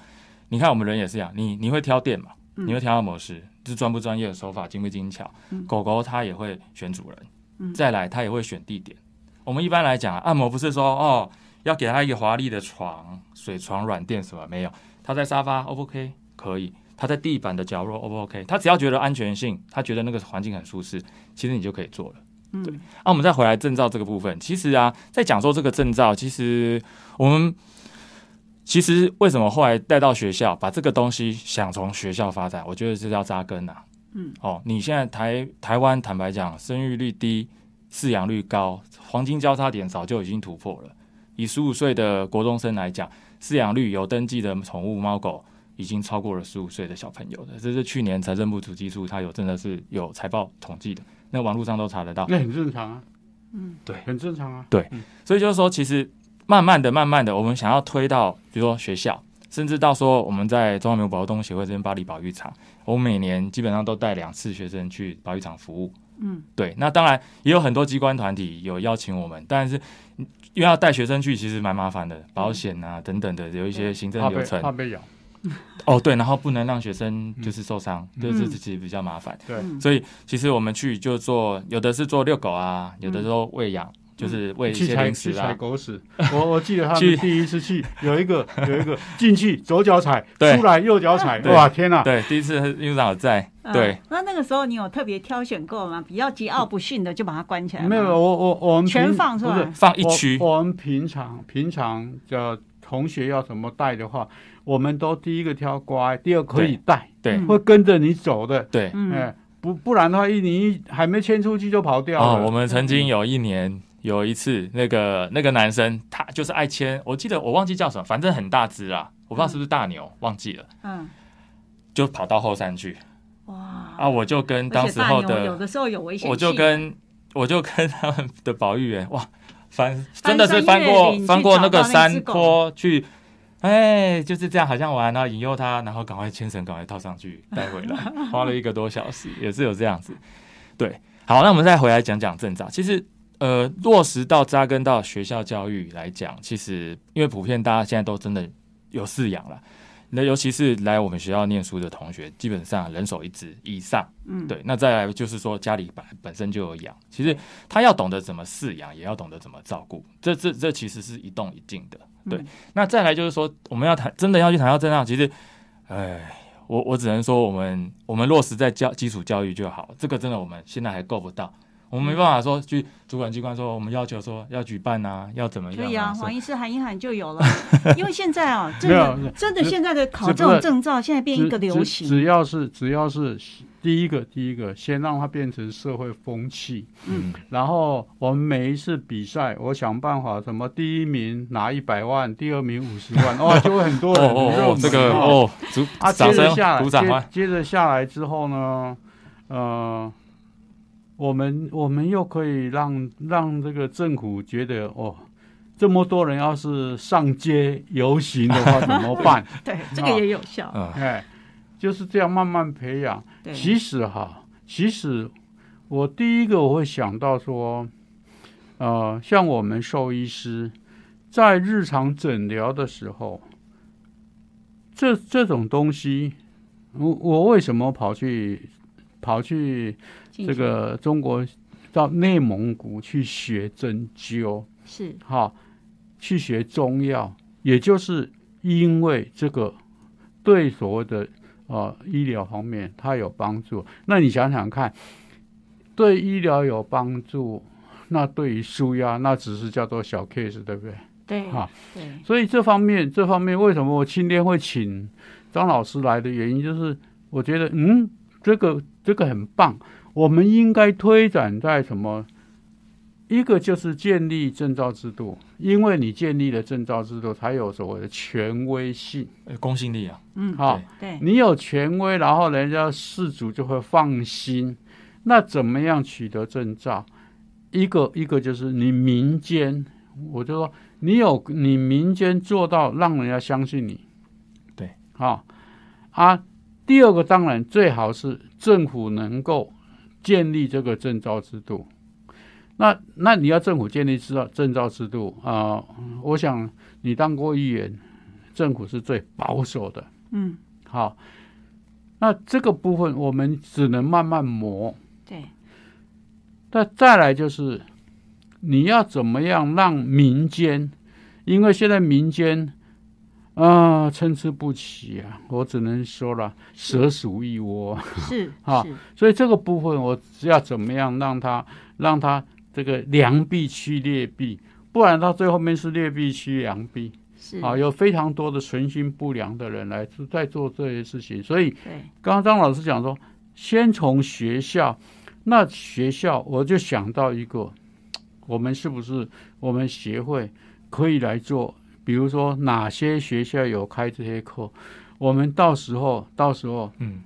你看我们人也是一样，你你会挑店嘛，
嗯
你会挑按摩师，就是专不专业，手法精不精巧
嗯。
狗狗它也会选主
嗯
人，再来它也会选地点。我们一般来讲，按摩不是说哦要给它一个华丽的床、水床、软垫什么没有，它在沙发 O 不 OK 可以。它在地板的角落，O 哦不 OK？它只要觉得安全性，它觉得那个环境很舒适，其实你就可以做了。
嗯
啊，我们再回来证照这个部分，其实啊，在讲说这个证照，其实我们其实为什么后来带到学校，把这个东西想从学校发展，我觉得是要扎根呐、啊。
嗯，
哦，你现在台台湾坦白讲，生育率低，饲养率高，黄金交叉点早就已经突破了。以十五岁的国中生来讲，饲养率有登记的宠物猫狗已经超过了十五岁的小朋友的，这是去年财政部主计处它有真的是有财报统计的，那网络上都查得到。
那很正常啊，
嗯，
对
很正常啊。
所以就是说，其实慢慢的、慢慢的，我们想要推到，比如说学校，甚至到说我们在中华民国保护动物协会这边巴黎保育场，我每年基本上都带两次学生去保育场服务。
嗯，
对。那当然也有很多机关团体有邀请我们，但是因为要带学生去，其实蛮麻烦
嗯
的，保险啊等等的，有一些行政
怕
流
被
程。
怕被咬，
哦，对，然后不能让学生就是受伤，
嗯
对，
嗯
这其实比较麻烦。
对
嗯
所以其实我们去就做，有的是做遛狗啊，有的时候喂养，就是喂一
嗯去
些
踩
零
去
食
踩
啊。
狗屎。我我记得他
去
们第一次去，有一个有一个进去左脚踩，
对
出来右脚踩，
对
哇天哪！
对，第一次院长有在，
啊
对，
那那个时候你有特别挑选过吗？比较桀骜不驯的就把它关起来吗，
没有，我我我们
全
平
放出
不是
来。
放一区，
我。我们平常平常的同学要怎么带的话，我们都第一个挑乖，第二可以带，
对
嗯
会跟着你走的。
对。
哎、
嗯，
不不然的话，一你一还没牵出去就跑掉
哦
了。，
我们曾经有一年有一次，那个那个男生他就是爱牵，我记得我忘记叫什么，反正很大只啊，我不知道是不是大牛，忘记了，
嗯，
就跑到后山去
哇，
啊，我就跟当
而且
时
大
候
牛有的时候有危险性，
我就跟我就跟他们的保育员哇，翻
翻
真的是
山
翻
越
过
岭去
翻过
找
那个
到那只
山
狗
坡去，哎，就是这样，好像玩，然后引诱它，然后赶快牵绳，赶快套上去带回来，花了一个多小时，也是有这样子。对，好，那我们再回来讲讲证照。其实，呃，落实到扎根到学校教育来讲，其实因为普遍大家现在都真的有饲养了。那尤其是来我们学校念书的同学，基本上人手一只以上，
嗯，
对，那再来就是说家里本本身就有养，其实他要懂得怎么饲养，也要懂得怎么照顾，这这这其实是一动一静的。对，
嗯
那再来就是说，我们要谈真的要去谈到正向，其实，哎，我我只能说我们我们落实在教基础教育就好，这个真的我们现在还够不到。我
嗯
们没办法说去主管机关说我们要求说要举办啊，要怎么
可
样
以啊，
是
黄医师喊一喊就有 了，因为现在啊，真
没有
的真的现在的考
只
这
不
种
过
证照，现在变一个
只
流
只只
行，
要是只要是第一个第一个，先让它变成社会风气。
嗯，
然后我们每一次比赛，我想办法什么第一名拿一百万，第二名五十万，哇，就会很
哦
多人很热
哦哦
门，
这个
啊
哦，主
啊，接
掌
着
声
下来，
鼓掌啊
接
欢，
接着下来之后呢，呃，我们我们又可以让让这个政府觉得哦，这么多人要是上街游行的 话怎么办？
对，这个也有效，
嗯，
哎，就是这样慢慢培养。
对，
其实哈，其实我第一个我会想到说，呃，像我们兽医师在日常诊疗的时候，这这种东西，我我为什么跑去跑去
进
这
去
个中国到内蒙古去学针灸？
是
哈，去学中药，也就是因为这个对所谓的呃医疗方面它有帮助。那你想想看，对医疗有帮助，那对于舒压那只是叫做小 case，对不对？
对
哈，
对，
所以这方面这方面为什么我今天会请张老师来的原因，就是我觉得嗯，这个这个很棒，我们应该推展在什么一个就是建立证照制度，因为你建立了证照制度，才有所谓的权威性。
呃公信力啊，
嗯，
好、
对，
你有权威，然后人家事主就会放心。那怎么样取得证照？一个一个就是你民间，我就说你有你民间做到让人家相信你，
对，
好、啊。第二个当然最好是政府能够建立这个证照制度。那那你要政府建立制照证照制度啊、呃我想你当过议员，政府是最保守的，
嗯，
好，那这个部分我们只能慢慢磨。
对，
那再来就是你要怎么样让民间，因为现在民间啊、参差不齐啊，我只能说了蛇鼠一窝，
是
好
是，
所以这个部分我只要怎么样让它让它这个良币驱劣币，不然到最后面是劣币驱良币。
是，
啊，有非常多的存心不良的人来做在做这些事情，所以
对，
刚刚张老师讲说，先从学校，那学校我就想到一个，我们是不是我们协会可以来做？比如说哪些学校有开这些课，我们到时候到时候
嗯，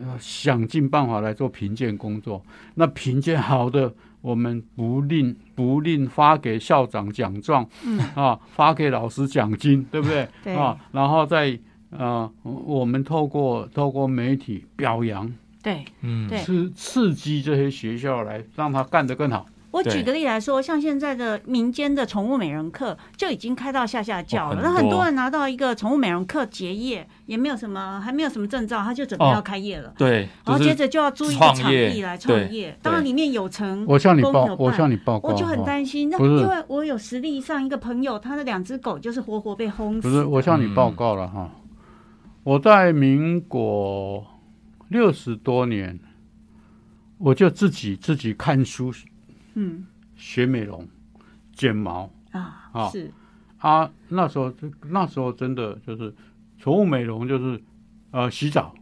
呃想尽办法来做评鉴工作。那评鉴好的，我们不吝不吝发给校长奖状，
嗯
啊，发给老师奖金，对不对？
对
啊，然后再呃，我们透过透过媒体表扬，
对，
嗯，
对
刺刺激这些学校来让他干得更好。
我
对
举个例来说，像现在的民间的宠物美容课就已经开到下下教了，
哦
那
很
很
多
多人拿到一个宠物美容课结业，也没有什么，还没有什么证照，他就准备
哦
要开业了，
对，
然
就
后接
是
着就要租一个
创
场
业
地来
对
创业，当然
对
里面有成。
我向你
公
报
有，
我
办
向你报告，
我就很
哦
担心，那
不是
因为我有实例上一个朋友，他的两只狗就是活活被轰
不
死。
是，我向你报告了哈，我在民国六十多年，我就自己自己看书
嗯
学美容、剪毛
啊
好，
是
啊。那时候就那时候真的就是宠物美容，就是呃洗澡、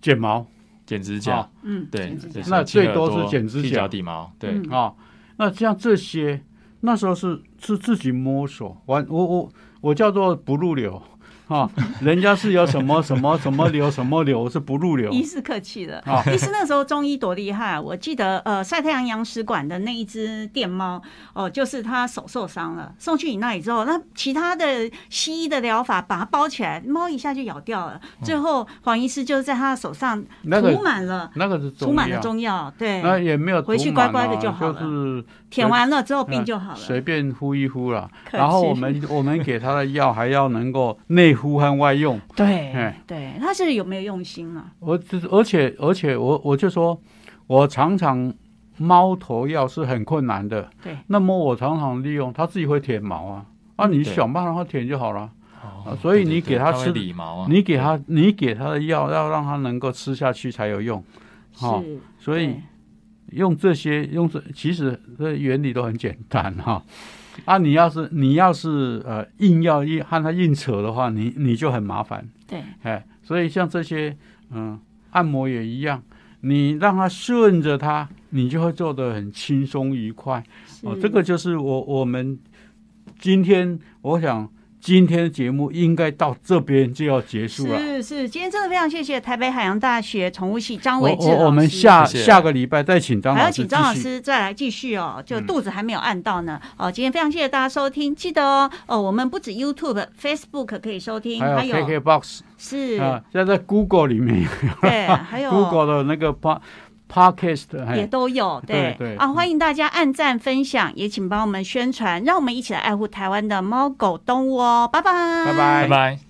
剪毛
剪指
啊
甲，
嗯，
对
简直，
对
这样
那最多
亲耳
是剪指甲
剃脚底毛，对，
嗯
啊。那像这些，那时候是是自己摸索，完我我我叫做不入流。啊，人家是有 什么什么什么流什么流，我是不入流。
医师客气了
啊，
医师那时候中医多厉害啊！我记得呃，晒太阳养屎馆的那一只电猫哦、就是它手受伤了，送去你那里之后，那其他的西医的疗法把它包起来，猫一下就咬掉了。最后黄医师就在它的手上
嗯那个
涂满了，
那个是中
涂满了
药
中药，对，
那也没有
回去
涂满
乖乖
啊
的就好了
就是
舔完了之后病
嗯
就好了。
随便敷一敷啦。
客
然后
气
我们我们给他的药还要能够内敷和外用。
对
哎
对，他是有没有用心啊？
我只而且而且我我就说，我常常猫头药是很困难的。
对。
那么我常常利用它自己会舔毛啊，啊，你
对
想办法让它舔就好了。
哦
啊所以
对对
你
对
给它
会
吃
理毛啊，
你给它你给它的药要让它能够吃下去才有用。好
是，
所以
对
用这些用这其实这原理都很简单哈、啊。你要是你要是呃硬要硬和它硬扯的话，你你就很麻烦，
对
哎，所以像这些嗯按摩也一样，你让它顺着它，你就会做得很轻松愉快哦。
是
这个就是我我们今天我想今天的节目应该到这边就要结束了。
是是，今天真的非常谢谢台北海洋大学宠物系张
我
伟志
我我们
老师
下
谢谢
下个礼拜再请张
还
老
要
师
请
继
张老
续。嗯
师再来继续哦，就肚子还没有按到呢。哦，今天非常谢谢大家收听，记得哦，哦，我们不止 YouTube、Facebook 可以收听，还
还有 KKBOX
是，
啊，现在在 Google 里面
对，哦还有
Google 的那个 pa- podcast，
也
哎，
都有，
对对
啊，欢迎大家按赞分享，也请帮我们宣传，让我们一起来爱护台湾的猫狗动物哦，拜拜，
拜
拜拜。